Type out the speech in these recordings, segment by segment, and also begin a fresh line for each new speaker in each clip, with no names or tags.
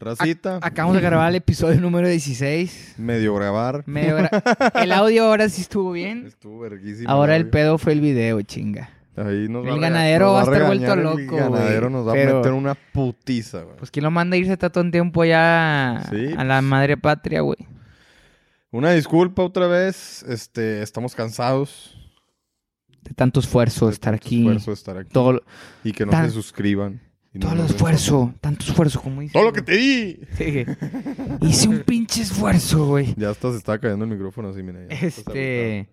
Racita,
Acabamos de grabar el episodio número 16.
medio grabar.
Medio gra- el audio ahora sí estuvo bien.
Estuvo verguísimo.
Mm. Ahora el
audio.
pedo fue el video, chinga.
Ahí nos va a
El
rega-
ganadero
nos
va a estar
regañar
vuelto
El
loco,
ganadero
güey.
nos va
Pero-
a meter una putiza, güey.
Pues quién lo manda a irse tanto un tiempo allá
Sí,
a la
pues.
madre patria, güey.
Una disculpa otra vez. Este, estamos cansados.
De tanto esfuerzo
de
estar
tanto
aquí.
esfuerzo de estar aquí.
Todo, lo-
Y que no
tan-
se suscriban. Y no
todo el
nos den-
esfuerzo, tanto esfuerzo como hice.
Todo lo que te di.
Sí. Hice un pinche esfuerzo, güey.
Ya pues, hasta se está cayendo el micrófono así, mira. ya hasta se agotaba.
Este,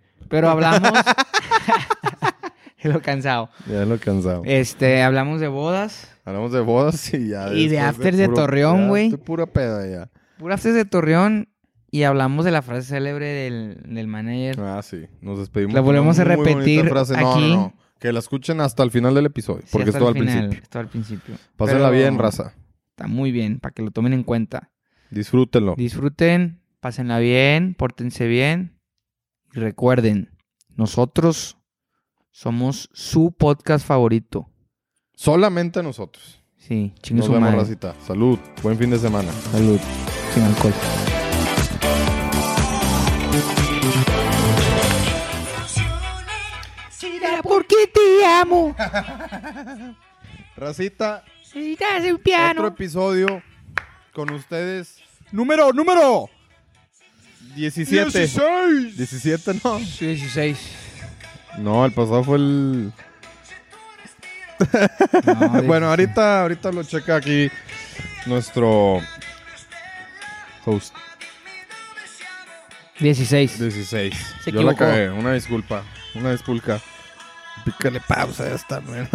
pero hablamos lo cansado.
Ya lo cansado.
Este, hablamos de bodas.
Hablamos de bodas y ya.
y de
después
afters de
puro-
Torreón,
ya,
güey.
estoy Pura peda ya.
Pura After de Torreón y hablamos de la frase célebre del, del manager.
Ah, sí. Nos despedimos.
La
con
volvemos
una muy
a
bonita
repetir
frase. No,
aquí.
No, no, Que la escuchen hasta el final del episodio.
Sí,
Porque
hasta
es todo al
el final,
principio.
es todo al principio.
Pásenla
Pero
bien, raza.
Está muy bien, para que lo tomen en cuenta.
Disfrútenlo.
Disfruten, pásenla bien, pórtense bien. Y recuerden, nosotros somos su podcast favorito.
Solamente a nosotros.
Sí, chingue
Nos
su
vemos,
madre.
racita. Salud. Buen fin de semana.
Salud. Sin alcohol. Será porque te amo.
Racita,
Será un
otro
piano.
episodio con ustedes.
Número, número.
17.
16.
17, no.
16.
No, el pasado fue el.
No,
Bueno,
16.
ahorita, ahorita lo checa aquí nuestro host.
16.
16.
Se
Yo la
equivocó.
cagué. Una disculpa. Una disculpa. Pícale pausa a esta, man.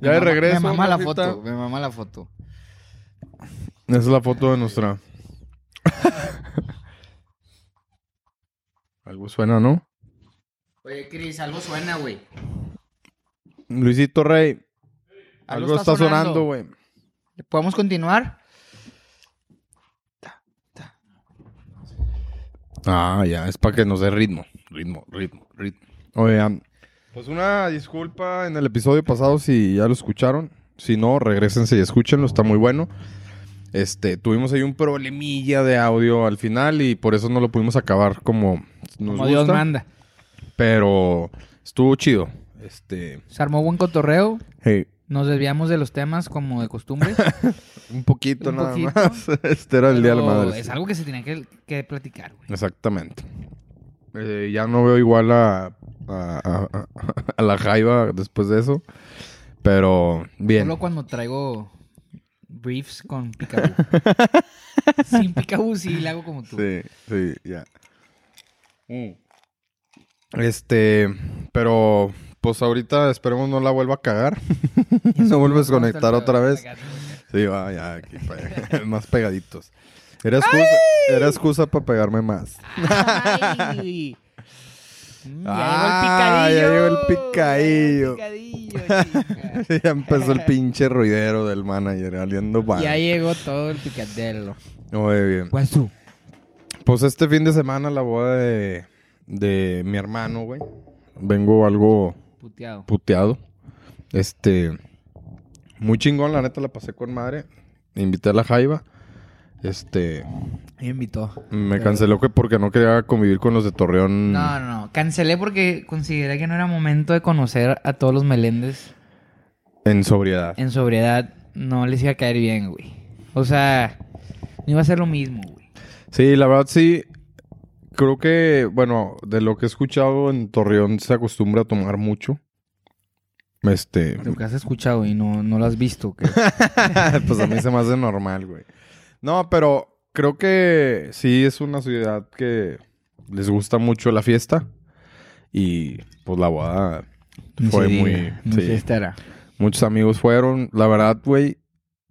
ya de regreso.
Me mamá la
Rafita.
foto. Me mamá la foto.
Esa es la foto de nuestra. Algo suena, ¿no?
Oye, Cris, algo suena, güey.
Luisito Rey. Algo, está, sonando, güey.
¿Podemos continuar?
Ah, ya, es para que nos dé ritmo. Ritmo, ritmo, ritmo. Oye, am, pues una disculpa en el episodio pasado si ya lo escucharon. Si no, regresense y escúchenlo, está muy bueno. Este, tuvimos ahí un problemilla de audio al final y por eso no lo pudimos acabar como nos
Como Dios
gusta,
manda.
Pero estuvo chido. Este,
Se armó buen cotorreo.
hey,
Nos desviamos de los temas como de costumbre.
un poquito
Un
nada
poquito.
más. Este era el día de la
pero
madre.
Es
sí.
algo que se tenía que, que platicar, güey.
Exactamente. Eh, ya no veo igual a, a, a- a la Jaiba después de eso. Pero bien.
Solo cuando traigo briefs con Picaboo. Sin Picaboo sí la hago como tú.
Sí, sí, ya. Mm. Este, pero pues ahorita esperemos no la vuelva a cagar. no vuelves a conectar otra vez. Sí, va, ya, aquí, pa- más pegaditos. Era excusa, era excusa para pegarme más.
Ay. Mm,
Ah, ya llegó el picadillo.
Ya llegó el picadillo, chica.
ya empezó el pinche ruidero del manager, aliendo
Ya
mal.
llegó todo el picadelo.
Muy bien.
Guazú.
Pues este fin de semana la boda de, de mi hermano, güey. Vengo algo
Puteado.
puteado. Este, muy chingón, la neta la pasé con madre. Invité a la Jaiba. Este,
Me invitó.
me canceló que porque no quería convivir con los de Torreón.
No, no, no. Cancelé porque consideré que no era momento de conocer a todos los Meléndez
En sobriedad.
en sobriedad. No les iba a caer bien, güey. O sea, no iba a ser lo mismo, güey.
Sí, la verdad sí. Creo que, bueno, de lo que he escuchado en Torreón se acostumbra a tomar mucho. Este,
Lo que has escuchado y no, no lo has visto. que-
pues a mí se me hace normal, güey. No, pero creo que sí es una ciudad que les gusta mucho la fiesta. Y pues la boda fue
Sí,
muy.
no
sí.
sé, estará.
Muchos amigos fueron. La verdad, güey,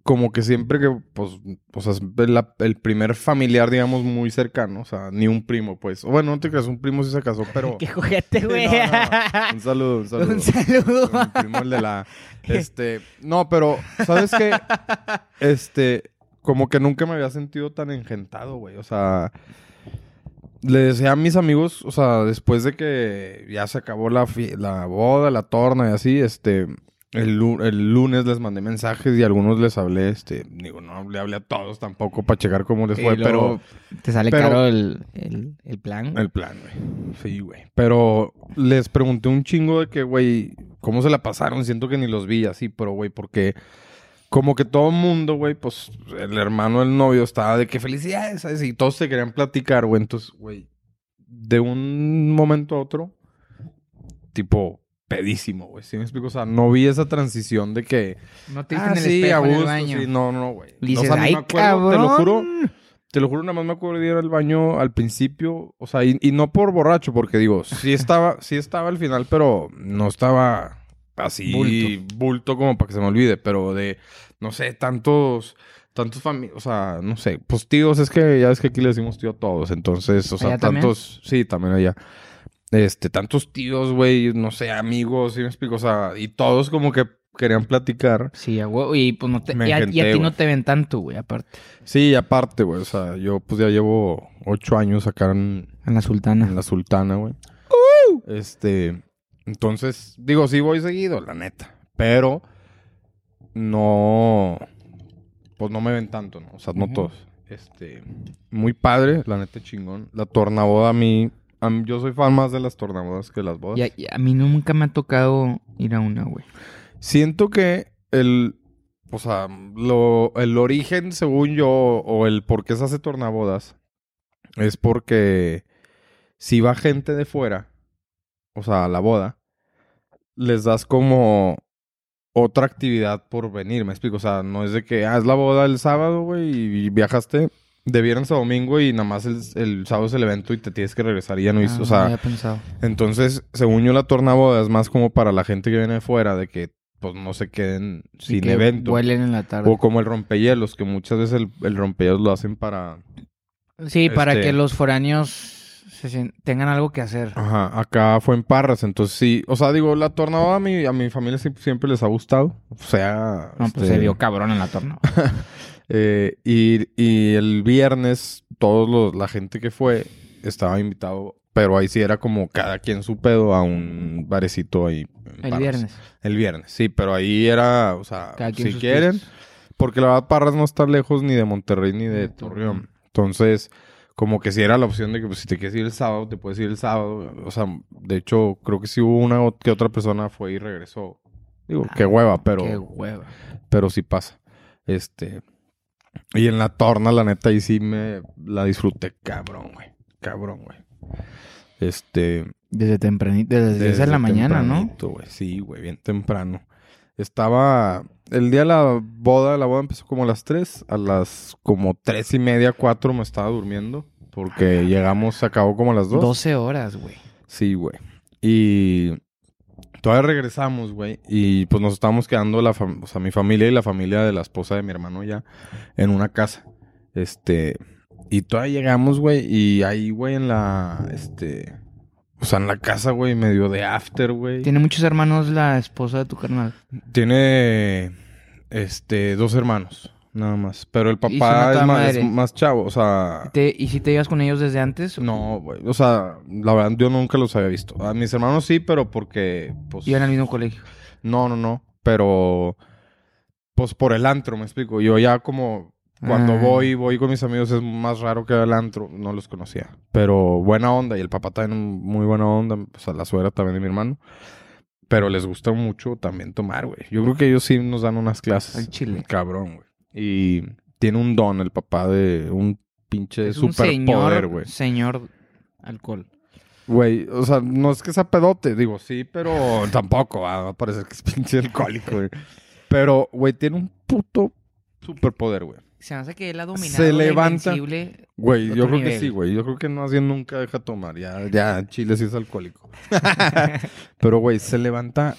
como que siempre que, pues, o sea, es la- el primer familiar, digamos, muy cercano. O sea, ni un primo, pues. O Bueno, no te creas, un primo sí se casó, pero.
Qué cojete,
Sí,
güey.
no, no, no. Un saludo, un saludo.
Un saludo.
Mi primo, el de la. Este. No, pero, ¿sabes qué? Este. Como que nunca me había sentido tan engentado, güey. O sea. Le deseé a mis amigos, o sea, después de que ya se acabó la, fi- la boda, la torna y así, este. El, lu- el lunes les mandé mensajes y a algunos les hablé, este, digo, no le hablé a todos tampoco para checar cómo les
Y
fue, pero
luego Te sale
pero-
caro el, el, el plan.
El plan, güey. Sí, güey. Pero les pregunté un chingo de que, güey, ¿cómo se la pasaron? Siento que ni los vi así, pero, güey, porque como que todo el mundo, güey, pues el hermano del novio estaba de que felicidades, ¿sabes? Y todos se querían platicar, güey. Entonces, güey, de un momento a otro, tipo pedísimo, güey. ¿Sí me explico? O sea, no vi esa transición de que...
No te viste
Ah,
en el
sí,
espejo
a
en el
gusto,
baño.
sí. No, no, güey.
Y dices,
No, o sea, ni
"Ay,
me acuerdo, Te lo
cabrón".
juro, te lo juro, nada más me acuerdo de ir al baño al principio, o sea, y, y no por borracho, porque digo, sí estaba, sí estaba al final, pero no estaba así bulto.
Bulto.
como para que se me olvide, pero de, no sé, tantos, tantos familiares, o sea, no sé, pues tíos, es que ya es que aquí le decimos tío a todos, entonces, o sea,
¿Allá también?
tantos, sí, también allá. Este, tantos tíos, güey, no sé, amigos, ¿sí me explico? O sea, y todos como que querían platicar.
Sí, a huevo. Y, pues, no te,
Me
y, a, y a
engenté,
ti
güey.
no te ven tanto, güey, aparte.
Sí, aparte, güey, o sea, yo pues ya llevo ocho años acá en,
En la sultana.
En la Sultana, güey. Este. Entonces, digo, sí voy seguido, la neta. Pero. No. Pues no me ven tanto, ¿no? O sea, no
Ujú.
todos. Este. Muy padre, la neta chingón. La tornaboda a mí. a mí- yo soy fan más de las tornabodas que de las bodas.
Y a, y a mí nunca me ha tocado ir a una, güey.
Siento que el. O sea, lo, el origen, según yo, o el por qué se hace tornabodas, es porque si va gente de fuera, o sea, a la boda, les das como otra actividad por venir, me explico. O sea, no es de que, ah, es la boda el sábado, güey, y viajaste de viernes a domingo y nada más el, el sábado es el evento y te tienes que regresar y ya no,
Ah,
hiciste-
No,
o sea,
había pensado.
entonces, según yo, la tornaboda es más como para la gente que viene de fuera, de que pues no se queden
Y
sin
que
evento.
Huelen en la tarde.
O como el rompehielos, que muchas veces el, el rompehielos lo hacen para...
Sí, para
Este- Ah,
que los foráneos se sien- tengan algo que hacer.
Ajá, acá fue en Parras, entonces sí. O sea, digo, la tornaboda a mi, a mi familia sie- siempre les ha gustado. O sea...
No, pues
este,
se vio cabrón en la torna.
eh, y, y el viernes, todos los, la gente que fue estaba invitado, pero ahí sí era como cada quien su pedo a un barecito ahí. en
El
Parras.
viernes.
El viernes, sí, pero ahí era, o sea,
Cada quien
si
sus
quieren,
gustos.
porque la verdad Parras no está lejos ni de Monterrey ni de
de
Torreón. Entonces, como que si era la opción de que pues, si te quieres ir el sábado, te puedes ir el sábado. O sea, de hecho, creo que sí hubo una o- que otra persona fue y regresó. Digo,
Ah,
qué hueva, pero,
Qué hueva.
pero sí pasa. Este. Y en la torna, la neta, ahí sí me la disfruté cabrón, güey. Cabrón, güey. Este.
Desde tempranito, desde, las 10 de la mañana, ¿no?
tempranito, güey. Sí, güey, bien temprano. Estaba. El día de la boda, la boda empezó como a las 3. A las como 3 y media, 4 me estaba durmiendo.
Ah,
Porque llegamos, se acabó como a las 2.
12 horas, güey.
Sí, güey. Y todavía regresamos, güey. Y pues nos estábamos quedando, la fam- o sea, mi familia y la familia de la esposa de mi hermano ya en una casa. Este. Y todavía llegamos, güey. Y ahí, güey, en la. Este. O sea, en la casa, güey, medio de after, güey.
Tiene muchos hermanos la esposa de tu carnal.
Tiene. Este. Dos hermanos, nada más. Pero el
Y son
papá
a
es
toda
más, es
madre.
más chavo, o sea.
¿Te- ¿Y si te llevas con ellos desde antes?
No, güey. O sea, la verdad, yo nunca los había visto. A mis hermanos sí, pero porque. Pues,
Iban al mismo colegio.
No, no, no. Pero. Pues por el antro, me explico. Yo ya como. Cuando
Ah.
voy, voy con mis amigos, es más raro que el antro. No los conocía. Pero buena onda. Y el papá también, muy buena onda. O sea, la suegra también de mi hermano. Pero les gusta mucho también tomar, güey. Yo creo que ellos sí nos dan unas clases.
Al chile.
Cabrón, güey. Y tiene un don el papá de un pinche
Es un
superpoder,
señor,
güey.
señor alcohol.
Güey, o sea, no es que sea pedote, digo, sí, pero tampoco, ah, va va a parecer que es pinche alcohólico, güey. Pero, güey, tiene un puto superpoder, güey.
Se me hace que él ha dominado
Se
la
levanta.
invencible.
Güey, yo
Otro
creo que
nivel.
sí, güey. Yo creo que no así nunca deja tomar. Ya, ya, Chile sí es alcohólico. pero, güey, se levanta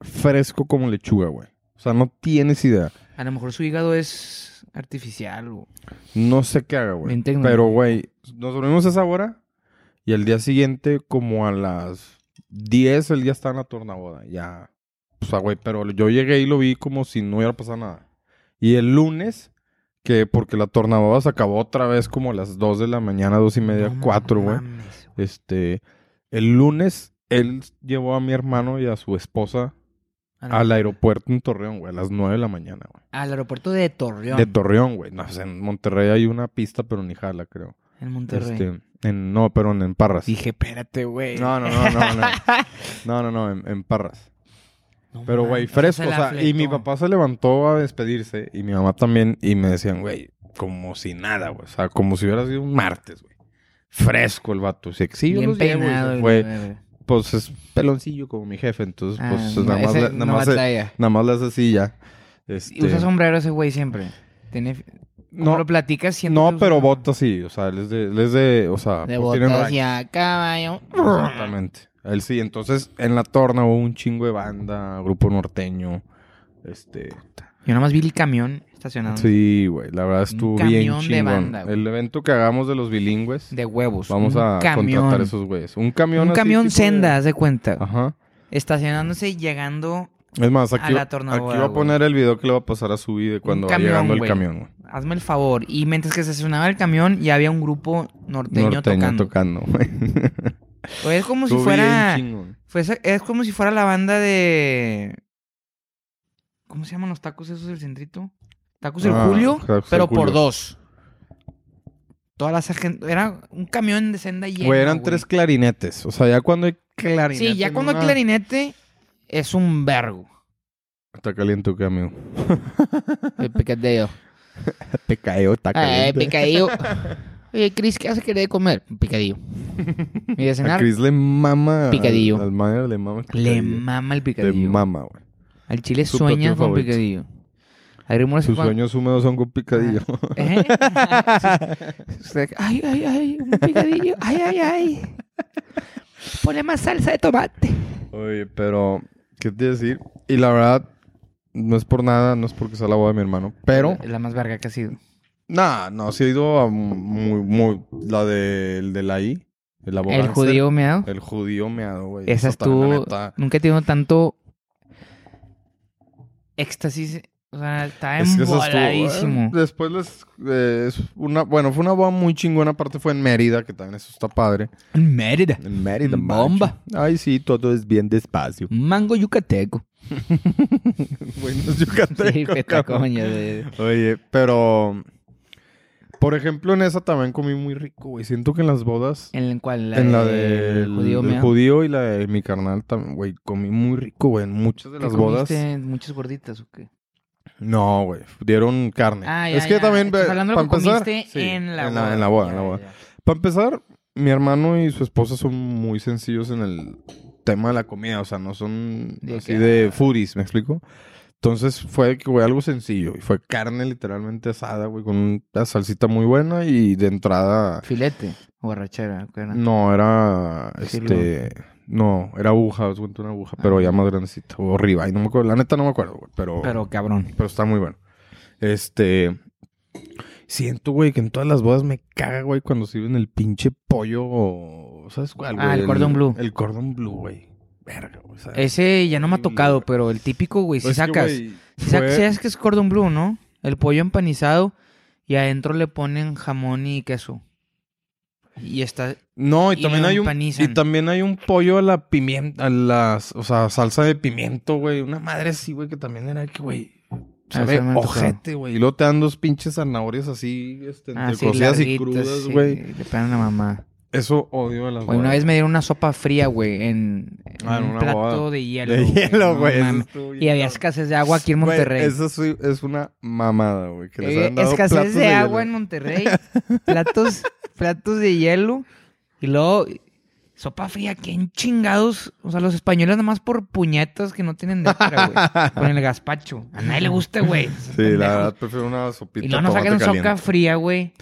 fresco como lechuga, güey. O sea, no tienes idea.
A lo mejor su hígado es artificial. o-
No sé qué haga,
Me
güey.
entiendo.
Pero, güey, nos dormimos a esa hora y al día siguiente, como a las 10, él ya estaba en la tornaboda. Ya. O sea, güey, pero yo llegué y lo vi como si no hubiera pasado nada. Y el lunes, que porque la tornaboda se acabó otra vez como a las 2 de la mañana, 2 y media,
No
4, güey.
mames,
Este, el lunes, él llevó a mi hermano y a su esposa
Al,
Al aeropuerto en Torreón, güey, a las 9 de la mañana, güey.
al aeropuerto de Torreón.
De Torreón, güey. No, o sea, en Monterrey hay una pista, pero ni jala, creo.
en Monterrey.
Este, en, no, pero en, en Parras.
Dije, espérate, güey.
No, no, no, no, no. No, no, no, en, en Parras.
No
Pero, güey,
manches,
fresco.
Ah, se
O
la
sea, y mi
fletó.
papá se levantó a despedirse y mi mamá también. Y me decían, güey, como si nada, güey. O sea, como si hubiera sido un martes, güey. Fresco el vato. Si exhibe,
Bien
los llevo y se
peinado,
fue.
güey.
Pues es peloncillo como mi jefe. Entonces,
Ah,
pues
no,
nada más,
ese
le-
no
nada, más
va a
le-
traer.
nada más le hace así ya.
Y Usa
Este,
sombrero ese güey siempre. Tiene... No,
no,
lo platicas siempre.
no,
usa-
pero bota sí. O sea, él es de, él es de o sea,
De
pues tiene
botas
rancho.
y a caballo.
Exactamente. Él sí, entonces en la torna hubo un chingo de banda, grupo norteño. Este.
Yo nomás vi el camión estacionado.
Sí, güey, la verdad
Un
estuvo bien
camión de
chingón.
banda, güey.
El evento que hagamos de los bilingües,
De huevos.
vamos
Un
a
camión.
contratar esos güeyes. Un camión
Un
así
camión
tipo de-
senda, haz de cuenta.
Ajá.
Estacionándose y llegando.
Es más, aquí,
A la
aquí
tornaboda,
voy a
güey.
poner el video que le va a pasar a su vida cuando va
camión,
llegando el
güey.
camión, güey.
Hazme el favor. Y mientras que se estacionaba el camión, ya había un grupo norteño, tocando.
tocando, güey.
O Es como si
Estuvo
fuera.
bien chingón.
fue esa- es como si fuera la banda de. ¿Cómo se llaman los tacos esos del centrito? Tacos del
Ah,
Julio,
Tacos del
pero por
Julio.
dos. Todas las sargen- Era un camión de senda lleno.
Güey, eran tres clarinetes. O sea, ya cuando hay clarinete.
Sí, ya
en
cuando
una-
el clarinete es un vergo.
Está caliente tu camión.
El picadillo.
Te caeo, está
Ay,
caliente.
picadillo. Oye, Chris, ¿qué vas a querer de comer? Un Picadillo. Y de
A
cenar,
Chris le mama. al-
Picadillo.
Al Mayer le mama. el
le
picadillo.
mama el
Le
picadillo.
mama, güey.
Al chile
Su
sueña
platillo
con
favorito.
picadillo. Hay rumores que
Sus
cuando-
sueños húmedos son con picadillo.
¿Eh? Usted- ¿Eh? Ay, ay, ay, un picadillo. Ay, ay, ay. Ponle más salsa de tomate.
Oye, pero, ¿qué te iba a decir? Y la verdad, no es por nada, no es porque sea la boda de mi hermano, pero...
Es la más verga que ha sido.
Nah, no, sí he ido a muy, muy... La de, el de la I, el abogado.
el judío meado.
El judío meado, güey.
Esa
Eso también, la
estuvo.
neta,
Nunca he tenido tanto éxtasis. O sea, está
es que esa estuvo,
emboladísimo.
eh, Después les... eh, es una, bueno, fue una boda muy chingona, aparte fue en Mérida, que también eso está padre.
En Mérida.
En Mérida, macho.
Bomba.
Ay, sí, todo es bien despacio.
Mango yucateco.
Bueno, es yucateco,
Sí, peta
cabrón.
coño de-
Oye, pero. Por ejemplo, en esa también comí muy rico, güey. Siento que en las bodas.
¿En la cual?
en la
del
del
judío
del
meado?
judío y la de mi carnal también, güey. Comí muy rico, güey. En muchas de
¿Qué
las bodas.
comiste? ¿Muchas gorditas o qué?
No, güey. Dieron carne.
Ah, ya,
es que
ya.
también.
Estás
ve,
hablando de
pa'
lo que
empezar-
comiste
sí,
en la boda.
En la boda, en la
Ya,
boda.
ya.
Para empezar, mi hermano y su esposa son muy sencillos en el tema de la comida. O sea, no son
De
así
que-
de furis, ¿me explico? Entonces fue que, güey, algo sencillo. Y fue carne literalmente asada, güey, con una salsita muy buena y de entrada...
Filete o arrachera, ¿qué era?
No, era...
Sirloin.
Este... No, era aguja, os cuento una aguja, pero ya más grandecita. O arriba, y no me acuerdo. La neta no me acuerdo, güey, pero...
Pero cabrón.
Pero está muy bueno. Este. Siento, güey, que en todas las bodas me caga, güey, cuando sirven el pinche pollo. o- ¿Sabes cuál, güey?
Ah, el cordón blue.
El cordón blue, güey. Verga, güey. o sea,
Ese ya no me ha tocado, pero el típico, güey,
pues
si
es que,
sacas.
güey,
si sacas,
fue-
sabes que es cordon blue, ¿no? El pollo empanizado y adentro le ponen jamón y queso. Y está.
No, y,
y
también
lo
hay un.
empanizan.
Y también hay un pollo a la pimienta. A las, o sea, salsa de pimiento, güey. Una madre así, güey, que también era que, güey.
Ah,
Sabe
sí me ha tocado.
ojete, güey. Y luego te dan dos pinches zanahorias así, este, entre
Ah, sí,
cocidas y
larguitas,
crudas,
sí,
güey.
Le pegan a la mamá.
Eso odio a las
Güey, una
bodas.
vez me dieron una sopa fría, güey, en, en
Ah, en
un
una
plato
boda.
de hielo.
De hielo,
No
güey. eso
mames.
estuvo bien
Y había
cabrón.
escasez de agua aquí en
Güey,
Monterrey.
Esa sí es una mamada, güey. Que les
Eh,
han dado
escasez
platos
de, agua en
hielo.
Monterrey, platos, platos de hielo y luego sopa fría. ¿Quién chingados? O sea, los españoles nomás por puñetas que no tienen de otra, güey. Con el gazpacho. A nadie le gusta, güey.
Sí,
Pendejos.
la verdad prefiero una sopita.
Y luego nos
de
sacan
tomate
sopa
caliente.
fría, güey.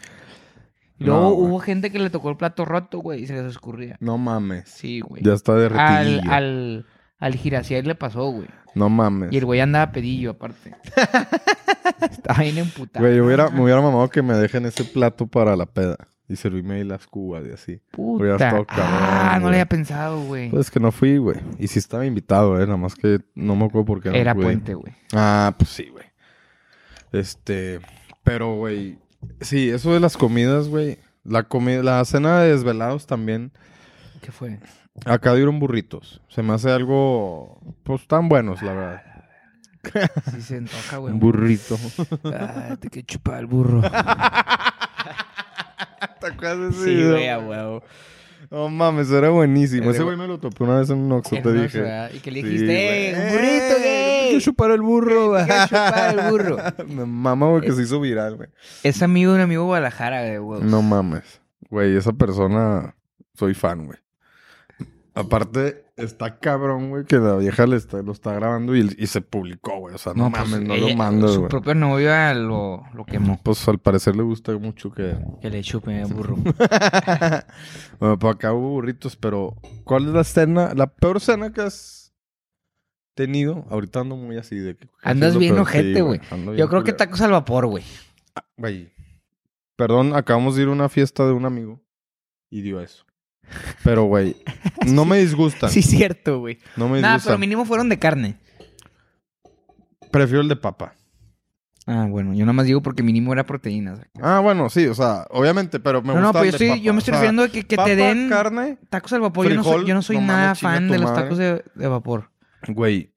Y Luego
No, güey.
hubo gente que le tocó el plato roto, güey, y se les escurría.
No mames.
Sí, güey.
Ya está
Al,
derretido.
al, al Girasía le pasó, güey.
No mames.
Y el güey andaba pedillo, aparte. Estaba bien emputado.
Güey, yo hubiera, me hubiera mamado que me dejen ese plato para la peda. Y servirme ahí las cubas y así. Hubiera
Puta.
estado
ah,
cabrón,
no le
güey.
había pensado, güey.
Pues que no fui, güey. Y sí estaba invitado, eh. Nada más que no me acuerdo por qué no
Era
pude.
puente, güey.
Ah, pues sí, güey. Este, pero, güey, sí, eso de las comidas, güey. La, comi- la cena de desvelados también.
¿Qué fue?
Acá dieron burritos. Se me hace algo, pues, tan buenos, la verdad.
Sí se antoja, Ah, güey.
Un burrito.
Ah, te que chupa el burro.
¿Te acuerdas de ese
Sí,
video?
güey, a huevo.
No mames, era buenísimo.
Era
Ese
bu-
güey me lo topé una vez en un Oxxo,
En
te
una
dije.
ciudad, Y que le
Sí,
dijiste, "Eh,
güey.
un burrito,
Eh,
güey.
que chupar el burro.
Te que chupa el burro.
Me mama, güey, que se hizo viral, güey.
Es amigo de un amigo de Guadalajara, güey, güey.
No mames. Güey, esa persona, soy fan, güey. Aparte, está cabrón, güey, que la vieja le está, lo está grabando y, y se publicó, güey. O sea, no,
pues,
mames, no
ella-
lo mandas,
Su
güey.
propio novio ah, lo, lo quemó.
Pues al parecer le gusta mucho que...
Que le chupe el burro.
bueno, para acá hubo burritos, pero ¿cuál es la escena, la peor cena que has tenido? Ahorita ando muy así de que...
Andas
sí,
bien
pero
ojete,
sí,
güey.
ando bien
Yo creo que
culero.
tacos al vapor, güey.
Güey. Perdón, acabamos de ir a una fiesta de un amigo y dio eso. Pero, güey, no me disgustan.
Sí, cierto, güey.
No me
Nada,
disgustan.
pero mínimo fueron de carne.
Prefiero el de papa.
Ah, bueno, yo nada más digo porque mínimo era proteína. o sea.
Ah, bueno, sí, o sea, obviamente, pero me
no, no,
gusta
pero
el
yo,
de
estoy-
papa.
yo me estoy
O sea,
refiriendo a que, que
papa,
te den
carne,
tacos al vapor. Yo no soy,
frijol,
yo no soy
no
nada
mames, chinga
fan
tu
de los
madre.
tacos de, de vapor.
güey.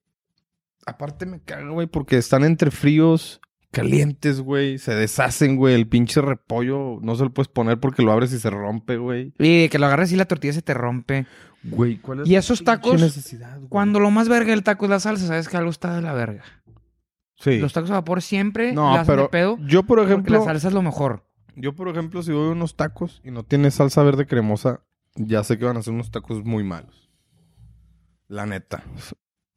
Aparte me cago, güey, porque están entre fríos, calientes, güey, se deshacen, güey, el pinche repollo no se lo puedes poner porque lo abres y se rompe, güey.
Y de que lo agarres y la tortilla se te rompe.
Güey, ¿cuál es
Y esos
la pinche
tacos,
necesidad, güey?
Cuando lo más verga el taco es la salsa, sabes que algo está de la verga.
Sí.
Los tacos a vapor siempre
No,
la hacen
pero
de pedo.
yo por
porque la
ejemplo,
salsa es lo mejor.
yo por ejemplo si voy a unos tacos y no tiene salsa verde cremosa, ya sé que van a ser unos tacos muy malos. La neta.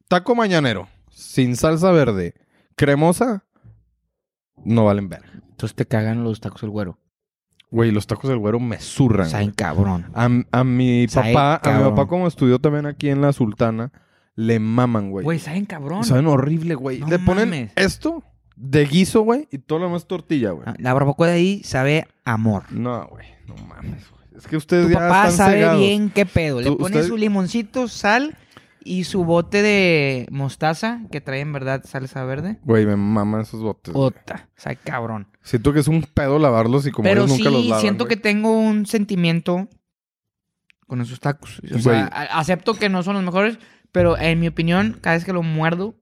Taco mañanero sin salsa verde cremosa no valen verga.
Entonces te cagan los tacos del güero.
Güey, los tacos del güero me zurran.
Saben
güey.
cabrón.
A, a mi
Saben
papá, a mi
cabrón.
papá como estudió también aquí en la Sultana, le maman, güey.
Güey, saben cabrón.
Saben horrible, güey.
No
le ponen
mames.
esto de guiso, güey, y todo lo demás tortilla, güey.
Ah, La barbacoa de ahí sabe amor.
No, güey, no mames, güey. Es que ustedes
Tu
ya
papá
están
sabe
cegados.
bien qué pedo. Le
Tú-
pone
usted-
su limoncito, sal y su bote de mostaza que trae en verdad salsa verde.
Güey, me maman esos botes. güey.
Ota, sabe cabrón.
Siento que es un pedo lavarlos y como
Pero
ellos
sí,
nunca los lavan.
siento que
güey.
tengo un sentimiento con esos tacos. O sea,
Güey.
a- acepto que no son los mejores, pero en mi opinión, cada vez que lo muerdo,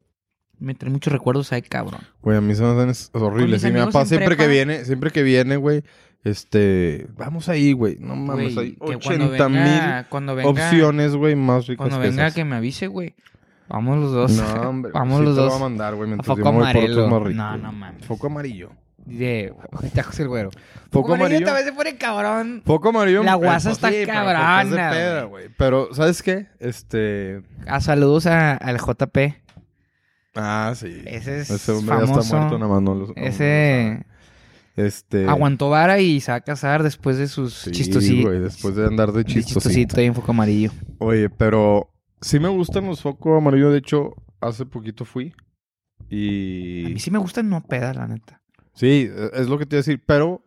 me trae muchos recuerdos ahí, cabrón.
Güey, a mí se me hacen es- horribles.
Con mis
Y mi
amigos
papá
en
siempre que
prepa-
viene, siempre que viene, güey, este... Vamos ahí, güey. No mames,
Güey,
hay
que cuando
80 mil
venga- cuando venga,
opciones, güey, más ricas
Cuando
que
venga
esas.
que me avise, güey. Vamos los dos.
No, hombre.
Vamos
sí
los
te lo
dos.
voy a mandar, güey, mientras
foco
yo me voy por
amarillo.
otros más ricos.
No, no
güey.
mames.
Foco amarillo.
De tacos el güero.
Foco amarillo.
vez se pone cabrón.
Foco amarillo.
La guasa
eh,
está
sí, pero porque es de
cabrona,
peda, güey. Pero, ¿sabes qué? Este...
A Ah, saludos a- al JP.
Ah, sí.
Ese es
Ese hombre
famoso.
ya está muerto, nada más no lo- no lo sabe.
Ese
Este.
aguantó vara y se va a casar después de sus
sí,
chistositos.
güey, después de andar de
De
chistosito.
chistosito ahí en foco amarillo.
Oye, pero sí me gustan los focos amarillos. De hecho, hace poquito fui.
A
Y.
mí
Sí,
sí me gusta no peda, la neta.
eh, es lo que te iba a decir. Pero,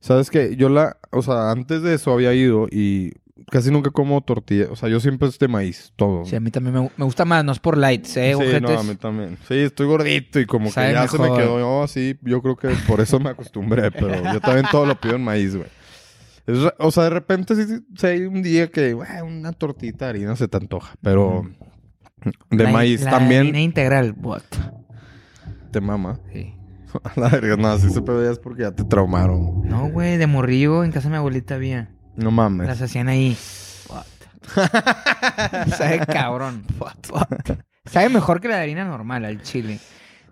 ¿sabes qué? Yo la. O sea, antes de eso había ido y casi nunca como tortilla. O sea, yo siempre es de maíz, todo.
Sí, a mí también me, gu- me gusta más, no es por lights, ¿eh?
Sí,
ojetes.
no, a mí también. Sí, estoy gordito y como
Sabe
que ya se me
mejor.
quedó no, así. Yo creo que por eso me acostumbré, pero yo también todo lo pido en maíz, güey. Es re- o sea, de repente sí, sí, sí hay un día que güey, una tortita de harina se te antoja, pero de
La-
maíz
la
también
harina integral, what?
te mama.
Sí.
A la verga, no, así se pedo ya es porque ya te traumaron. güey.
No, güey, de morrillo en casa de mi abuelita había.
No mames.
Las hacían ahí. What? Sabe cabrón. What? Sabe mejor que la de harina normal al chile.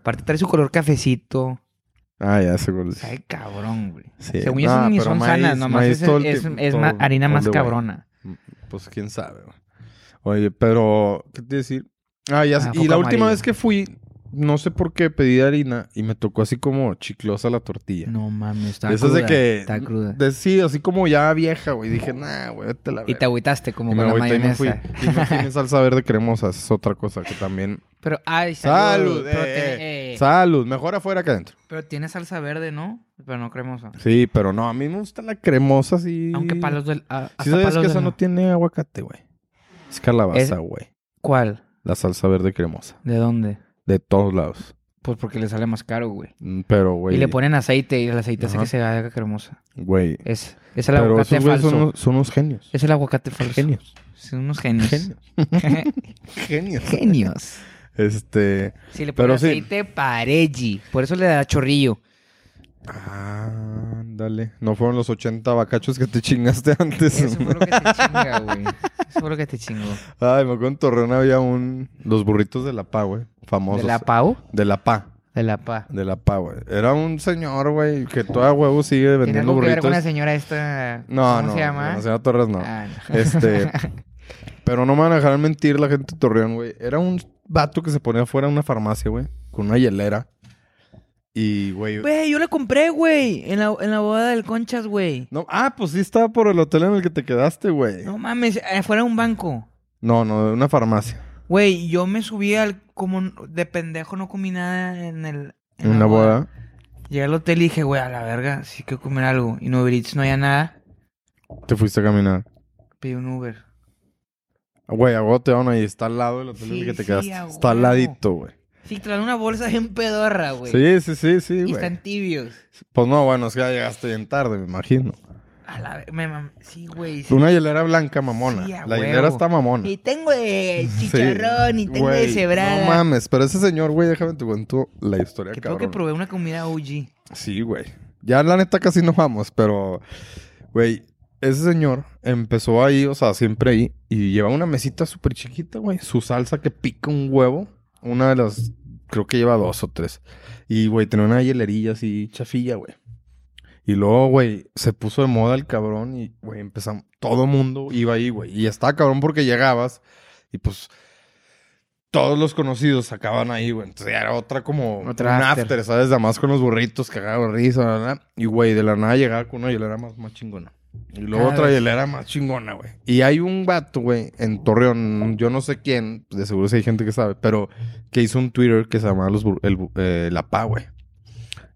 Aparte trae su color cafecito.
Ah, ya seguro.
Sabe cabrón, güey.
Sí.
Según yo
No,
son- ni
pero
son
maíz-
sanas, nomás
maíz
es,
todo el
es-
tiempo,
es ma-
todo-
harina
all
más
the way.
cabrona.
Mm, Pues quién sabe, güey. Oye, pero, ¿qué te iba a decir? Ah, ya. sé.
Ah,
y
foco
la última
amarillo.
vez que fui, no sé por qué pedí harina y me tocó así como chiclosa la tortilla.
No mames, está
De esas
cruda.
de que.
Está cruda.
de- sí, así como ya vieja, güey. Dije, nah, güey, vete a la
Y te
verga".
agüitaste como
Y me
con la
agüité y me
mayonesa.
fui. Y no tiene salsa verde cremosa, esa es otra cosa que también.
Pero, ay, salud.
Salud,
pero,
eh,
tiene,
eh.
eh,
salud, mejor afuera que adentro.
pero tiene salsa verde, ¿no? Pero no cremosa.
Sí, pero no, a mí me gusta la cremosa, sí.
Aunque palos del... a-
Sí,
hasta
sabes
palos
que
del-
esa no tiene aguacate, güey. Es calabaza, güey.
¿Cuál?
La salsa verde cremosa.
¿De dónde?
De todos lados.
Pues porque le sale más caro, güey.
Mm, Pero, güey.
Y le ponen aceite y el aceite hace
Ajá.
que se haga cremosa.
Güey.
Es, es el
Pero
aguacate
esos güeyes
falso.
son, unos- son unos genios.
Es el aguacate falso.
Genios.
Son unos genios.
Genios.
genios.
Este.
Si le
Pero
ponen
sí.
aceite Paregi. Por eso le da chorrillo.
Ah, dale. No fueron los 80 bacachos que te chingaste antes.
Eso fue lo que te chinga, güey. Eso fue lo que te chingó.
Ay, me acuerdo en Torreón había un. Los burritos de la pa, güey. Famosos.
¿De la PAO?
De la pa.
De la PA.
De la pa, güey. Era un señor, güey, que toda huevo sigue
¿Tiene
vendiendo
algo que ver
burritos.
con la señora esta?
No,
¿Cómo
no.
se llama?
La señora Torres no.
Ah, no.
Este. pero no me van a dejar mentir la gente de Torreón, güey. Era un vato que se ponía afuera de una farmacia, güey. Con una hielera. Y, güey.
Güey, yo la compré, güey. En la, en la boda del Conchas, güey.
No, ah, pues sí estaba por el hotel en el que te quedaste, güey.
No mames, afuera de un banco.
No, no, de una farmacia.
Güey, yo me subí al... Como de pendejo no comí nada en el... en
En
la
una boda.
Llegué al hotel y dije, güey, a la verga, sí quiero comer algo. Y no Uber Eats, no había nada.
Te fuiste a caminar.
Pedí un Uber.
Güey, a huevo te van ahí. Está al lado del hotel en
Sí,
el que te
sí,
quedaste.
a
Está al
huevo.
ladito, güey.
Sí, traen una bolsa bien pedorra, güey.
Sí, sí, sí, sí,
Y
güey.
están tibios.
Pues no, bueno, es que ya llegaste bien tarde, me imagino.
A la ver- me mam- Sí, güey. sí.
Una hielera blanca mamona.
Sí, a
la
huevo.
hielera está mamona.
Y tengo de
Sí,
chicharrón y tengo
güey,
de cebrada.
No mames, pero ese señor, güey, déjame te cuento la historia,
que tengo
cabrón.
que probar una comida OG.
Sí, güey. Ya la neta casi nos vamos, pero, güey, ese señor empezó ahí, o sea, siempre ahí, y lleva una mesita súper chiquita, güey. Su salsa que pica un huevo, una de las, creo que lleva dos o tres. Y, güey, tenía una hielerilla así chafilla, güey. Y luego, güey, se puso de moda el cabrón y, güey, empezamos, todo mundo iba ahí, güey. Y estaba cabrón porque llegabas y pues... Todos los conocidos acababan ahí, güey. Entonces ya era otra como...
Otra
un
after.
after, ¿sabes? Además con los burritos, cagaban risa, la, la. Y, güey, de la nada llegaba con una hielera más, más chingona. Y luego
Cada
otra
vez.
hielera más chingona, güey. Y hay un vato, güey, en Torreón, yo no sé quién, de seguro si hay gente que sabe, pero que hizo un Twitter que se llamaba los, Bur- el Bu- eh, La Pa, güey.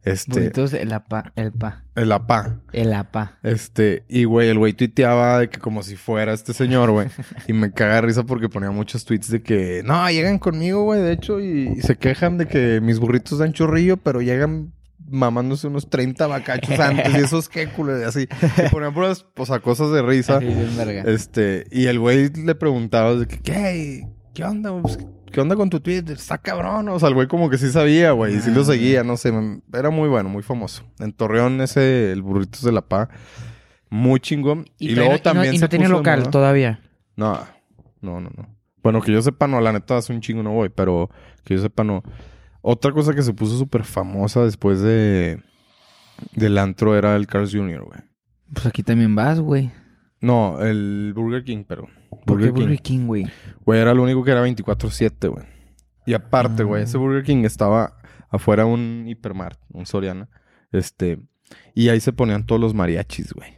Este,
Burritos, el apa, el pa,
el APA.
el apa.
Este, y güey, el güey tuiteaba de que como si fuera este señor, güey. Y me caga de risa porque ponía muchos tweets de que, no, llegan conmigo, güey, de hecho, y, y se quejan de que mis burritos dan chorrillo, pero llegan mamándose unos 30 bacachos antes y esos qué culo, y así. Y ponían puras, o sea, cosas de risa.
Así bien verga.
Este, y el güey le preguntaba de que, ¿qué? ¿Qué onda? güey? Pues, ¿Qué onda con tu Twitter? Está cabrón. O sea, el güey como que sí sabía, güey. Y sí
Ah.
lo seguía, no sé. me- Era muy bueno, muy famoso. En Torreón ese, el Burritos de la Pa. Muy chingón. Y, luego también
Y no
se
tiene
puso de
local
moda-
todavía.
No, no, no, no. Bueno, que yo sepa no. La neta hace un chingo no voy. Pero que yo sepa no. Otra cosa que se puso súper famosa después de... Del antro era el Carl's Jr., güey.
Pues aquí también vas, güey.
No, el Burger King, pero...
¿Por qué Burger King, güey?
Güey, era lo único que era 24-7, güey. Y aparte, güey,
Ah.
ese Burger King estaba afuera un hipermart, un Soriana. Este. Y ahí se ponían todos los mariachis, güey.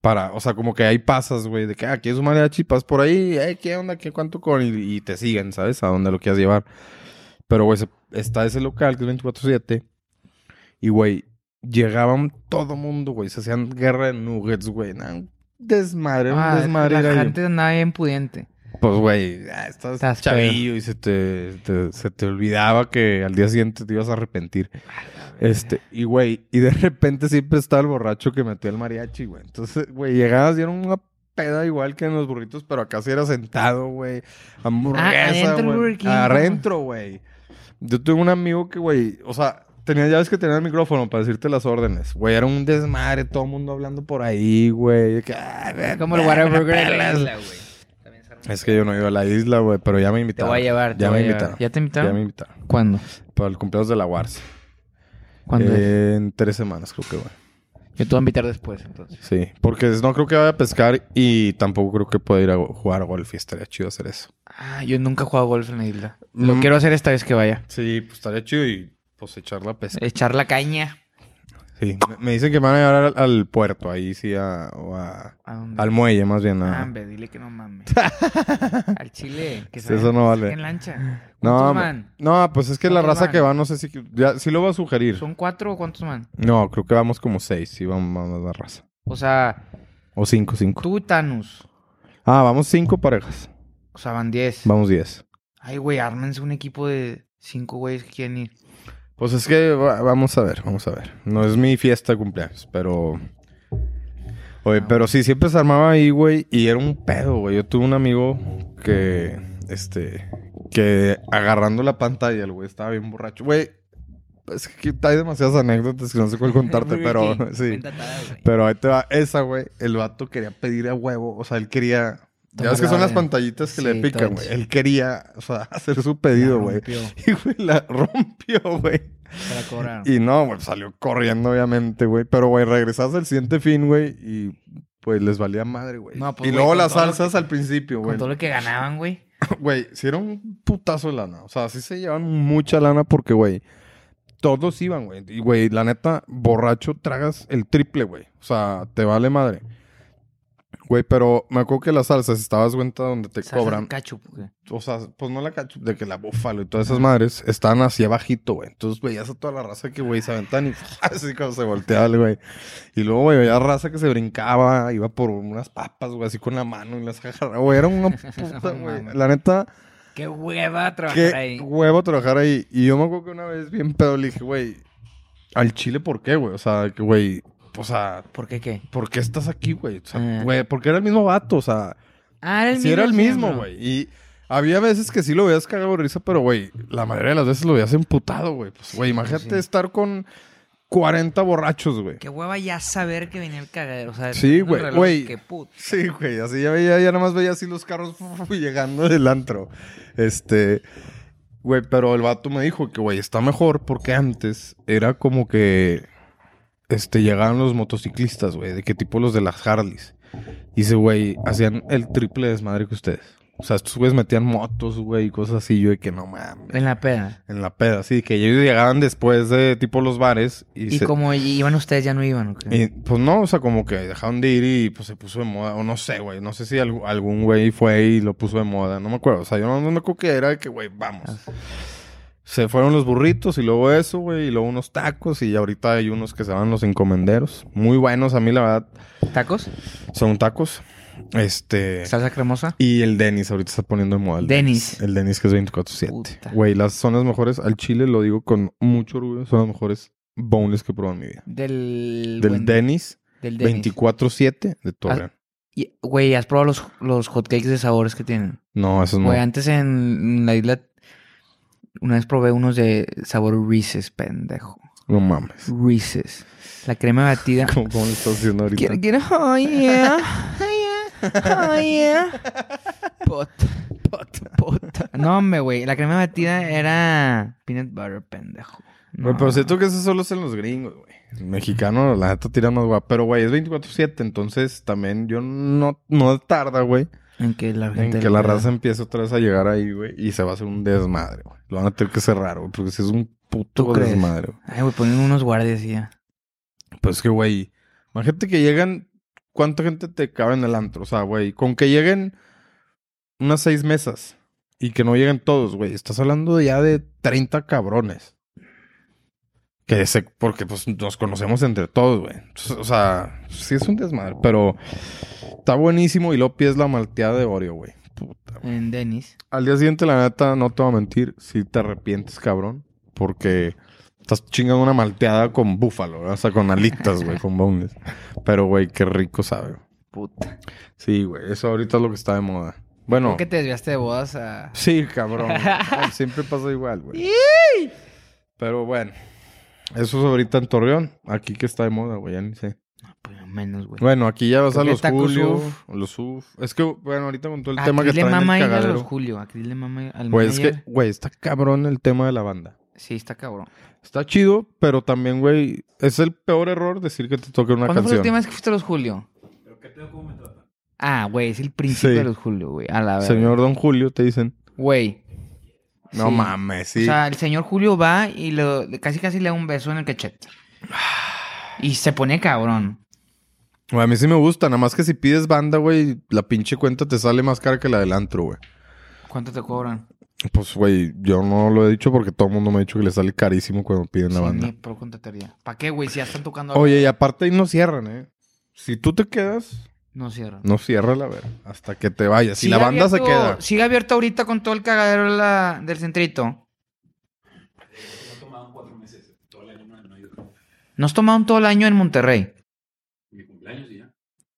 Para, o sea, como que ahí pasas, güey, de que, ah, es un mariachi, pasas por ahí, eh, ¿qué onda? ¿Qué cuánto con? Y, y te siguen, ¿sabes? A donde lo quieras llevar. Pero, güey, se- está ese local que es 24-7. Y, güey, llegaban todo mundo, güey. Se hacían guerra de nuggets, güey. Nah, un desmadre, un
Ah,
desmadre.
la
era ahí.
gente andaba bien pudiente.
Pues, güey, ah, estás,
Estás
chavillo y se te, te- se te olvidaba que al día siguiente te ibas a arrepentir. Este, y güey, y de repente siempre estaba el borracho que metió el mariachi, güey. Entonces, güey, llegabas y era una peda igual que en los burritos, pero acá sí era sentado, güey. Hamburguesa,
adentro del
güey.
Burger King,
Adentro, güey. Yo tuve un amigo que, güey, o sea, tenía llaves que tenía el micrófono para decirte las órdenes. Güey, era un desmadre, todo el mundo hablando por ahí, güey. Que, ah, ve-
Como el
ve,
Whataburger de la
pelas.
isla, güey. También se arma.
Es que yo no he ido a la isla, güey, pero ya me
Te
invitaron.
voy a llevar.
Ya
te
me
voy a llevar.
invitaron.
¿Ya te invitaron?
Ya me invitaron.
¿Cuándo?
Para el cumpleaños de la Wars.
¿Cuándo es?
En tres semanas, creo que, güey.
Yo te voy a invitar después, entonces.
Sí. Porque no creo que vaya a pescar y tampoco creo que pueda ir a jugar golf y estaría chido hacer eso.
Ah, yo nunca he jugado golf en la isla. Lo
Mm.
quiero hacer esta vez que vaya.
Sí, pues estaría chido y pues echar la pesca.
Echar la caña.
Sí. Me- Me dicen que van a llevar al, al puerto, ahí sí, a, o a-
¿A dónde?
al muelle más bien. a-
Ah, hombre, dile que no mames. Al chile. Que
Sí,
se
eso no vale.
En lancha.
no,
¿Cuántos
me-
van?
no, pues es que la
¿Cuántos
raza
van?
que va, no sé si... Ya, sí lo va a sugerir.
¿Son cuatro o cuántos van?
No, creo que vamos como seis, sí, vamos, vamos la raza.
O sea,
O cinco, cinco.
tú y Thanos.
Ah, vamos cinco parejas.
O sea, van diez.
Vamos 10.
Ay, güey, ármense un equipo de cinco güeyes que quieren ir.
Pues es que va- vamos a ver, vamos a ver. No es mi fiesta de cumpleaños, pero. Oye,
Ah,
pero sí, siempre se armaba ahí, güey, y era un pedo, güey. Yo tuve un amigo que, este, que agarrando la pantalla, el güey estaba bien borracho. Güey, es que aquí hay demasiadas anécdotas que no sé cuál contarte, pero sí. Pero ahí te va esa, güey. El vato quería pedir a huevo. O sea, él quería. Ya ves que son las
Tómala,
pantallitas que le
Sí,
pican,
touch.
güey. Él quería, o sea, hacer su pedido, güey. Y, güey, la rompió, güey.
Para cobrar.
Y no, güey, salió corriendo, obviamente, güey. Pero, güey, regresas al siguiente fin, güey. Y, pues, les valía madre, güey.
No, pues,
y
güey,
luego
con
las
todo lo que-
salsas al principio,
Con
güey.
todo lo que ganaban, güey.
Güey, sí era un putazo de lana. O sea, sí se llevan mucha lana porque, güey, todos iban, güey. Y, güey, la neta, borracho tragas el triple, güey. O sea, te vale madre. Güey, pero me acuerdo que las salsas, estabas cuenta donde te
Salsa de
cobran.
Ketchup, güey.
O sea, pues no la cacho, de que la búfalo y todas esas madres estaban así abajito, güey. Entonces veías a toda la raza que, güey, se aventaban y así cuando se volteaba, el güey. Y luego, güey, veía raza que se brincaba, iba por unas papas, güey, así con la mano y las agarraba, güey. Era una puta,
No
güey.
mames.
La neta,
Qué hueva trabajar
qué
ahí.
huevo trabajar ahí. Y yo me acuerdo que una vez bien pedo le dije, güey, ¿al Chile por qué, güey? O sea, que, güey, o sea,
¿Por qué qué?
¿por qué estás aquí, güey? O sea,
Ah.
güey, porque era el mismo vato, o sea...
Ah, era el
Sí,
mismo.
era el mismo,
siempre.
güey. Y había veces que sí lo veías cagado de risa, pero, güey, la mayoría de las veces lo veías emputado, güey. Pues, güey, imagínate
sí.
estar con 40 borrachos, güey.
Qué hueva ya saber que venía el cagadero. O sea,
Sí,
el
güey,
reloj,
güey.
Qué puto.
Sí, güey, así ya veía, ya nada más veía así los carros llegando del antro. Este, güey, pero el vato me dijo que, güey, está mejor porque antes era como que, este, llegaban los motociclistas, güey, de qué tipo los de las Harleys. Y ese, güey, hacían el triple desmadre que ustedes. O sea, estos güeyes metían motos, güey, y cosas así. Yo de que no mames.
En la peda.
En la peda, sí, que ellos llegaban después de tipo los bares y,
Y,
se-
como iban ustedes, ya no iban. ¿o qué?
y, pues no, o sea, como que dejaron de ir y pues se puso de moda, o no sé, güey, no sé si algu- algún güey fue y lo puso de moda, no me acuerdo, o sea, yo no, no me acuerdo que era de que, güey, vamos.
Ah,
Se fueron los burritos y luego eso, güey, y luego unos tacos y ahorita hay unos que se van los encomenderos, muy buenos a mí, la verdad,
¿Tacos?
son tacos, este...
¿Salsa cremosa?
Y el Denis ahorita está poniendo de moda. El
Denis.
El Denis que es
Puta.
24-7. Güey, las son las mejores. Al chile lo digo con mucho orgullo. Son las mejores boneless que he probado en mi vida.
Del.
Del
buen-
Denis
Del Denny's.
24-7 de
Ah.
Torreón.
Y, Güey, ¿has probado los, los hotcakes de sabores que tienen?
No, eso no.
Güey, antes en la isla. Una vez probé unos de sabor Reese's, pendejo.
No mames.
Reese's. La crema batida.
¿Cómo, cómo lo estás haciendo ahorita?
Quiero, quiero. Oh, yeah. Oh, yeah. Oh, yeah. Pota. Pota. No, hombre, güey. La crema batida era peanut butter, pendejo. No.
Güey, pero siento que eso solo es en los gringos, güey. El mexicano, la neta, tira más guapo. Pero, güey, es 24-7. Entonces, también yo no, no tarda, güey,
En que la
en
gente
que
le
la
pega.
raza empiece otra vez a llegar ahí, güey. Y se va a hacer un desmadre, güey. Lo van a tener que cerrar, güey. Porque si es un puto
¿Tú crees?
desmadre, güey.
Ay, güey, ponen unos guardias y ya.
Pues que, güey, imagínate que llegan. ¿Cuánta gente te cabe en el antro? O sea, güey, con que lleguen unas seis mesas y que no lleguen todos, güey. Estás hablando ya de 30 cabrones. Que se, porque pues nos conocemos entre todos, güey. Entonces, O sea, sí es un desmadre, pero está buenísimo y lo pides la malteada de Oreo, güey. Puta, güey.
En Denis.
Al día siguiente, la neta, no te voy a mentir, si te arrepientes, cabrón, porque estás chingando una malteada con búfalo, ¿verdad? o sea, con alitas, güey, con boneless. Pero, güey, qué rico sabe. güey.
Puta.
Sí, güey, eso ahorita es lo que está de moda. Bueno,
¿Por qué te desviaste de bodas a.
sí, cabrón. güey. Ay, Siempre pasa igual, güey. Pero bueno, eso es ahorita en Torreón. Aquí que está de moda, güey, ya ni sé.
Pues menos, güey.
Bueno, aquí ya vas
Creo
a
que
los
tacos
Julio,
Uf.
los UF. Es que, bueno, ahorita con todo el
A
tema que
Cris le
traen
mama
el
ir a
cagadero.
los Julio. A Cris le mama al
Güey, es que,
manager.
güey, está cabrón el tema de la banda.
Sí, está cabrón.
Está chido, pero también, güey, es el peor error decir que te toque una
¿Cuándo fue la
canción.
última vez que fuiste a los Julio? Ah, güey, es el principio
Sí.
de los Julio, güey. A la verdad.
Señor Don Julio, te dicen.
Güey.
No
Sí.
mames, sí.
O sea, el señor Julio va y lo, casi casi le da un beso en el cachete. Y se pone cabrón.
Güey, a mí sí me gusta, nada más que si pides banda, güey, la pinche cuenta te sale más cara que la del antro, güey.
¿Cuánto te cobran?
Pues, güey, yo no lo he dicho porque todo el mundo me ha dicho que le sale carísimo cuando piden la
Sí,
banda.
ni por contrataría. ¿Para qué, güey? Si ya están tocando...
Oye, y aparte ahí no cierran, ¿eh? Si tú te quedas,
No cierran.
no cierra la verga. Hasta que te vayas. Si
Sigue
la banda se
abierto-
queda.
Sigue abierto ahorita con todo el cagadero de la- del centrito. Nos tomaron todo el año en Monterrey.
Mi cumpleaños y ya.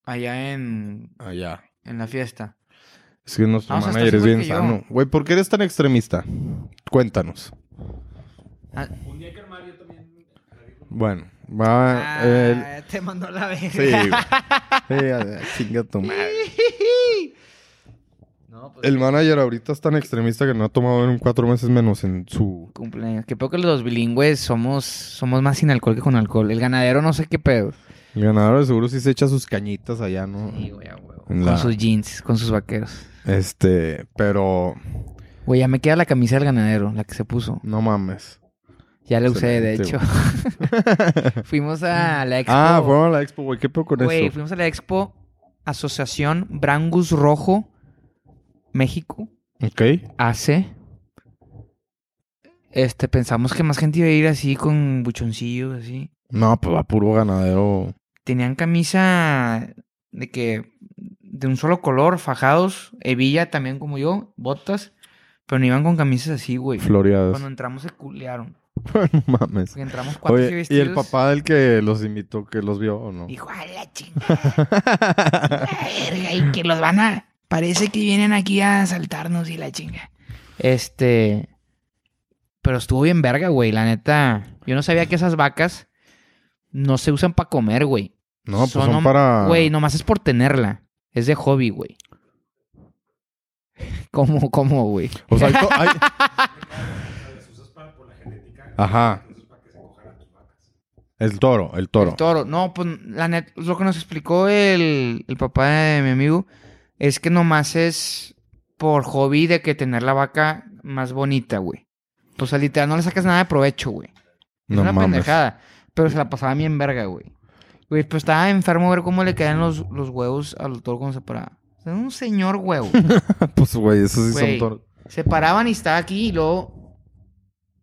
Allá en,
Allá.
en la fiesta.
Ah, Es que nuestro
No, o sea,
manager
estás
es bien
igual que yo.
sano. Güey, ¿por qué eres tan extremista? Cuéntanos.
Ah.
Bueno, va. el-
Ah, te mandó la verga.
Sí, güey. Sí, a ver, chinga tu madre.
No, pues
El manager ahorita es tan extremista que no ha tomado en un cuatro meses menos en su.
cumpleaños. Que creo que los bilingües somos, somos más sin alcohol que con alcohol. El ganadero no sé qué pedo.
El ganador de seguro sí se echa sus cañitas allá, ¿no?
Sí, güey, a huevo.
La-
Con sus jeans, con sus vaqueros.
Este, pero
Güey, ya me queda la camisa del ganadero, la que se puso.
no mames.
Ya la usé, de
Excelente,
hecho. fuimos a la expo.
Ah, fueron a la expo, güey. ¿Qué pedo con
Güey,
eso?
fuimos a la expo Asociación Brangus Rojo México.
Ok.
hace. Este, pensamos que más gente iba a ir así con buchoncillos, así.
No, pues va puro ganadero.
Tenían camisa de que de un solo color, fajados, hebilla también como yo, botas, pero no iban con camisas así, güey.
Floreados.
Cuando entramos se culearon.
No mames.
Porque entramos cuatro así
Oye, ¿y
vestidos.
el papá del que los invitó, que los vio o no?
Dijo, a la chingada, la verga, y que los van a... Parece que vienen aquí a asaltarnos y la chinga. Este... Pero estuvo bien verga, güey, la neta. Yo no sabía que esas vacas no se usan para comer, güey.
No, pues son,
Son hom-
para.
Güey, nomás es por tenerla. Es de hobby, güey. ¿Cómo, cómo, güey?
O sea, hay to- hay- Ajá. El toro, el toro.
El toro. No, pues la neta, lo que nos explicó el, el papá de mi amigo es que nomás es por hobby de que tener la vaca más bonita, güey. O sea, literal, no le sacas nada de provecho, güey. Es
No
una
mames.
pendejada. Pero se la pasaba bien verga, güey. Güey, pues estaba enfermo a ver cómo le caían los, los huevos al toro cuando se paraba. O sea, un señor huevo.
Pues, güey, esos sí son
Güey.
toros.
se paraban y estaba aquí y luego...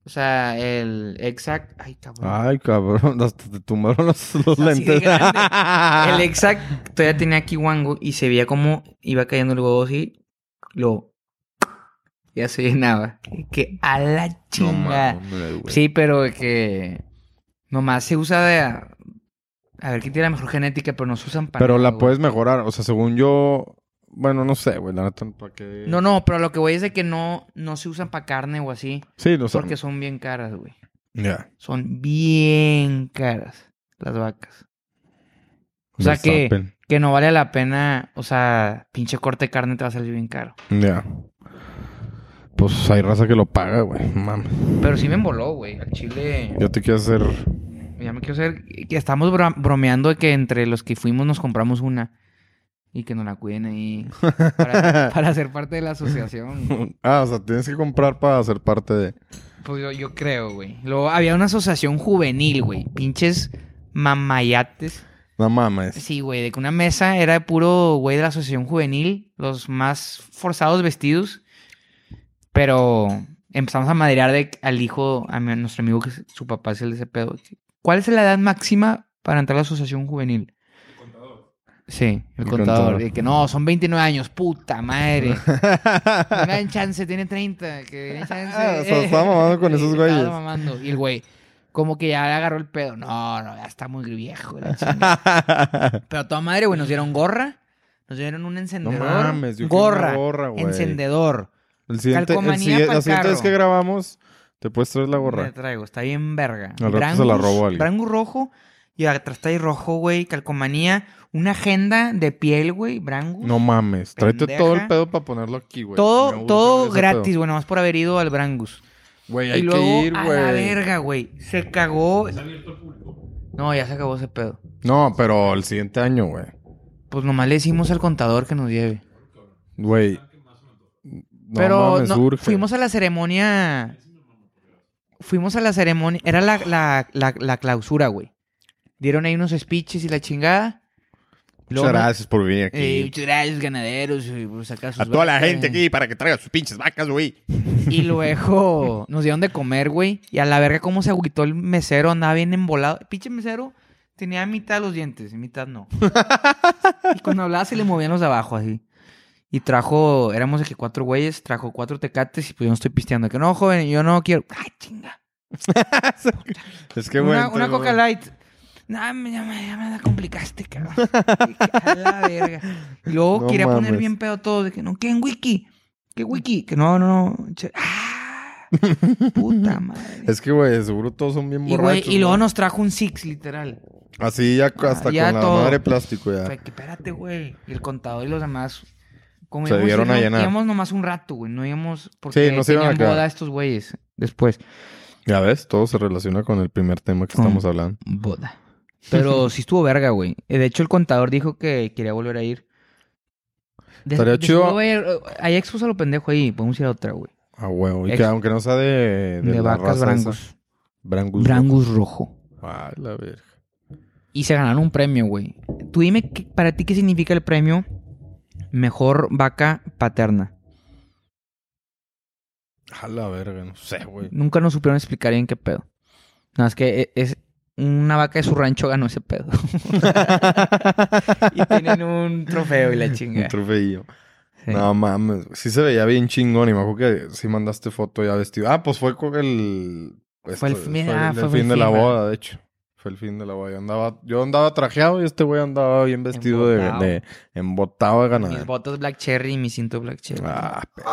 O sea, el exact... Ay, cabrón.
Ay, cabrón, hasta te tumbaron los, los
Así de
lentes.
grande. el exact todavía tenía aquí guango y se veía como iba cayendo el huevo así. Lo. Ya se llenaba. Que a la
No
chinga.
mames, güey.
sí, pero que. Nomás se usa de. A, a ver quién tiene la mejor genética, pero no se usan para.
Pero
nada,
la
güey.
puedes mejorar. O sea, según yo. Bueno, no sé, güey. La neta, ¿para qué?
No, no, pero lo que voy es de que no, no se usan para carne o así.
Sí, no sé.
porque son bien caras, güey.
Ya.
Son bien caras las vacas. O sea que-
Verstappen.
que no vale la pena, o sea, pinche corte de carne te va a salir bien caro.
Ya. Pues hay raza que lo paga, güey. Mames.
Pero sí me emboló, güey, al chile.
Yo te quiero hacer.
Ya me quiero hacer que estamos bro- bromeando de que entre los que fuimos nos compramos una y que nos la cuiden ahí para, para ser parte de la asociación. güey.
Ah, o sea, tienes que comprar para ser parte de.
Pues yo, yo creo, güey. Luego había una asociación juvenil, güey, pinches mamayates.
No mames.
Sí, güey, de que una mesa era de puro güey de la asociación juvenil, los más forzados vestidos. Pero empezamos a madrear de, al hijo, a, mi- a nuestro amigo, que es- su papá es el de ese pedo. ¿Cuál es la edad máxima para entrar a la asociación juvenil? El contador. Sí, el,
El
contador.
contador.
De que no, son 29 años, puta madre. No le dan chance, tiene 30. Que le den chance.
Ah, o sea, estaba mamando con
Sí,
esos
estaba
güeyes.
mamando. Y el güey, como que ya le agarró el pedo. No, no, ya está muy viejo. la chingada. Pero a toda madre, güey, nos dieron gorra. Nos dieron un encendedor.
mames, yo quiero
gorra,
una gorra, güey.
Encendedor.
El siguiente, el
Calcomanía
sigue-
pa'l
la siguiente vez
carro.
que grabamos, te puedes traer la
Me
gorra.
traigo, está bien verga.
Al rato se la robó alguien.
Brangus rojo. Y atrás está ahí rojo, güey. Calcomanía. Una agenda de piel, güey. Brangus.
No mames. Tráete
Pendeja.
todo el pedo para ponerlo aquí, güey. Me
todo
urge
todo
ese
gratis,
pedo.
güey. Nomás por haber ido al Brangus.
Güey,
y
hay
luego,
que ir,
a la
güey.
verga, güey. Se cagó. No, ya se acabó ese pedo.
No, pero el siguiente año, güey.
Pues nomás le decimos al contador que nos lleve.
Güey. No
Pero
mames,
no,
urge.
fuimos a la ceremonia. Fuimos a la ceremonia. Era la, la- la- la clausura, güey. Dieron ahí unos speeches y la chingada. Luego
Muchas
no-
gracias por venir
Eh,
aquí.
muchas gracias, ganaderos. y por sacar sus
A toda la
vacas.
gente aquí para que traiga sus pinches vacas, güey.
Y luego nos dieron de comer, güey. Y a la verga, cómo se agüitó el mesero. Andaba bien embolado. El Pinche mesero tenía mitad los dientes y mitad no. y cuando hablaba se le movían los de abajo así. Y trajo, éramos de que cuatro güeyes, trajo cuatro tecates y pues yo no estoy pisteando. Que no, joven, yo no quiero. ¡Ay, chinga!
Es que, güey.
una
entre
una
los-
Coca Light. No, me- ya, me, ya me la complicaste, cabrón. A la verga. Y luego
No
quería poner
mames.
bien pedo todo. De que no, que en wiki. Que wiki. Que no, no, no. che- ¡Ah! Puta madre.
Es que, güey, de seguro todos son bien
y, güey,
borrachos.
y luego
güey.
nos trajo un six, literal.
Así ya hasta
ya
con la
todo.
madre plástico ya.
Fue que espérate, güey. Y el contador y los demás. Como
Se
íbamos-
dieron a
íbamos-
llenar.
Íbamos nomás un rato, güey. No íbamos porque
Sí, no se iban a
tenían
quedar.
boda estos güeyes después.
Ya ves, todo se relaciona con el primer tema que
Con-
estamos hablando.
Boda. Pero sí estuvo verga, güey. Eh, De hecho, el contador dijo que quería volver a ir. De-
Estaría
de-
chido.
seguro va a ir- eh, Hay expos a lo pendejo ahí. Podemos ir a otra, güey.
Ah, huevo. Y
Ex-
que aunque no sea de...
De,
la
vacas
raza esa.
brangus.
Brangus.
Brangus rojo.
Ah, la verga.
Y se ganaron un premio, güey. Tú dime qué- para ti qué significa el premio Mejor Vaca Paterna.
A la verga, no sé, güey.
Nunca nos supieron explicar bien qué pedo. Nada, es que e- es una vaca de su rancho ganó ese pedo. y tienen un trofeo y la
Un
chingada.
trofeillo.
Sí.
No mames. Sí se veía bien chingón y me acuerdo que sí mandaste foto ya vestido. Ah, pues fue con el... este,
Fue el fin- ah, fue
el
el
fin de la
fin,
boda, de hecho. Fue el fin de la boda. Yo andaba, yo andaba trajeado y este güey andaba bien vestido de,
Embotado.
de... Embotado de
Mis
ganadero.
botas Black Cherry y mi cinto Black Cherry.
Ah, perro.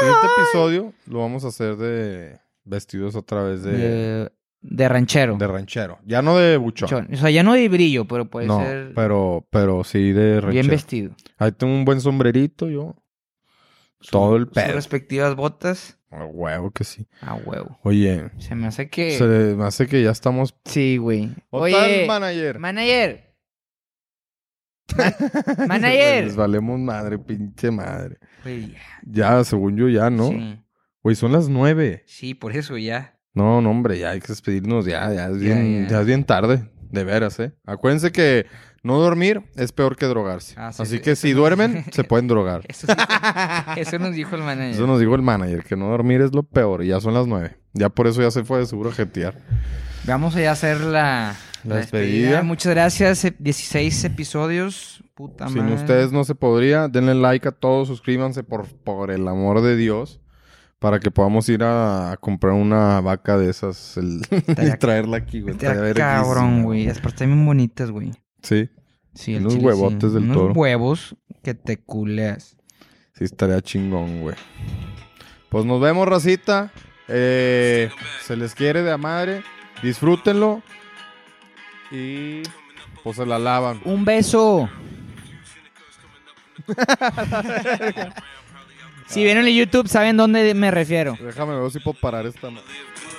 Siguiente episodio lo vamos a hacer de vestidos otra vez de,
de, de ranchero.
de ranchero. Ya no de buchón.
Chon. O sea, ya no de brillo, pero puede
no,
ser
pero, pero sí de
bien
ranchero.
vestido.
Ahí tengo un buen sombrerito yo.
Su-
Todo el pedo.
Sus respectivas botas.
A huevo que sí.
A huevo.
Oye,
Se me hace que.
se me hace que ya estamos...
Sí, güey.
Total,
Oye,
manager.
manager. Ma-
Les
manager.
valemos madre, pinche madre.
Güey, ya,
Ya, según yo, ya, ¿no?
Sí.
Güey, son las nueve.
Sí, por eso ya.
No, no, hombre, ya hay que despedirnos, ya, ya es
Ya,
bien,
ya.
ya es bien tarde, de veras, ¿eh? Acuérdense que no dormir es peor que drogarse.
Ah, sí,
Así
sí,
que
eso
si
no-
duermen, se pueden drogar.
Eso, sí- eso nos dijo el manager.
Eso nos dijo el manager, que no dormir es lo peor, y ya son las nueve. Ya por eso ya se fue de seguro a jetear.
Vamos allá a hacer la,
La despedida.
Muchas gracias. eh, 16 episodios. Puta
Sin
madre.
ustedes no se podría. Denle like a todos, suscríbanse por, por el amor de Dios. Para que podamos ir a, a comprar una vaca de esas el- y
Estaría-
traerla aquí, güey.
Está
Estaría
cabrón,
verguísima,
güey. Las partes están bien bonitas, güey.
Sí,
Sí, el
Unos
chile
huevotes del
Unos
toro.
huevos que te culeas.
sí, estaría chingón, güey. Pues nos vemos, racita. Eh, se les quiere de a madre. Disfrútenlo. Y pues se la lavan.
Un beso. si vieron en YouTube, saben dónde me refiero.
Déjame ver si puedo parar esta. ma-
live good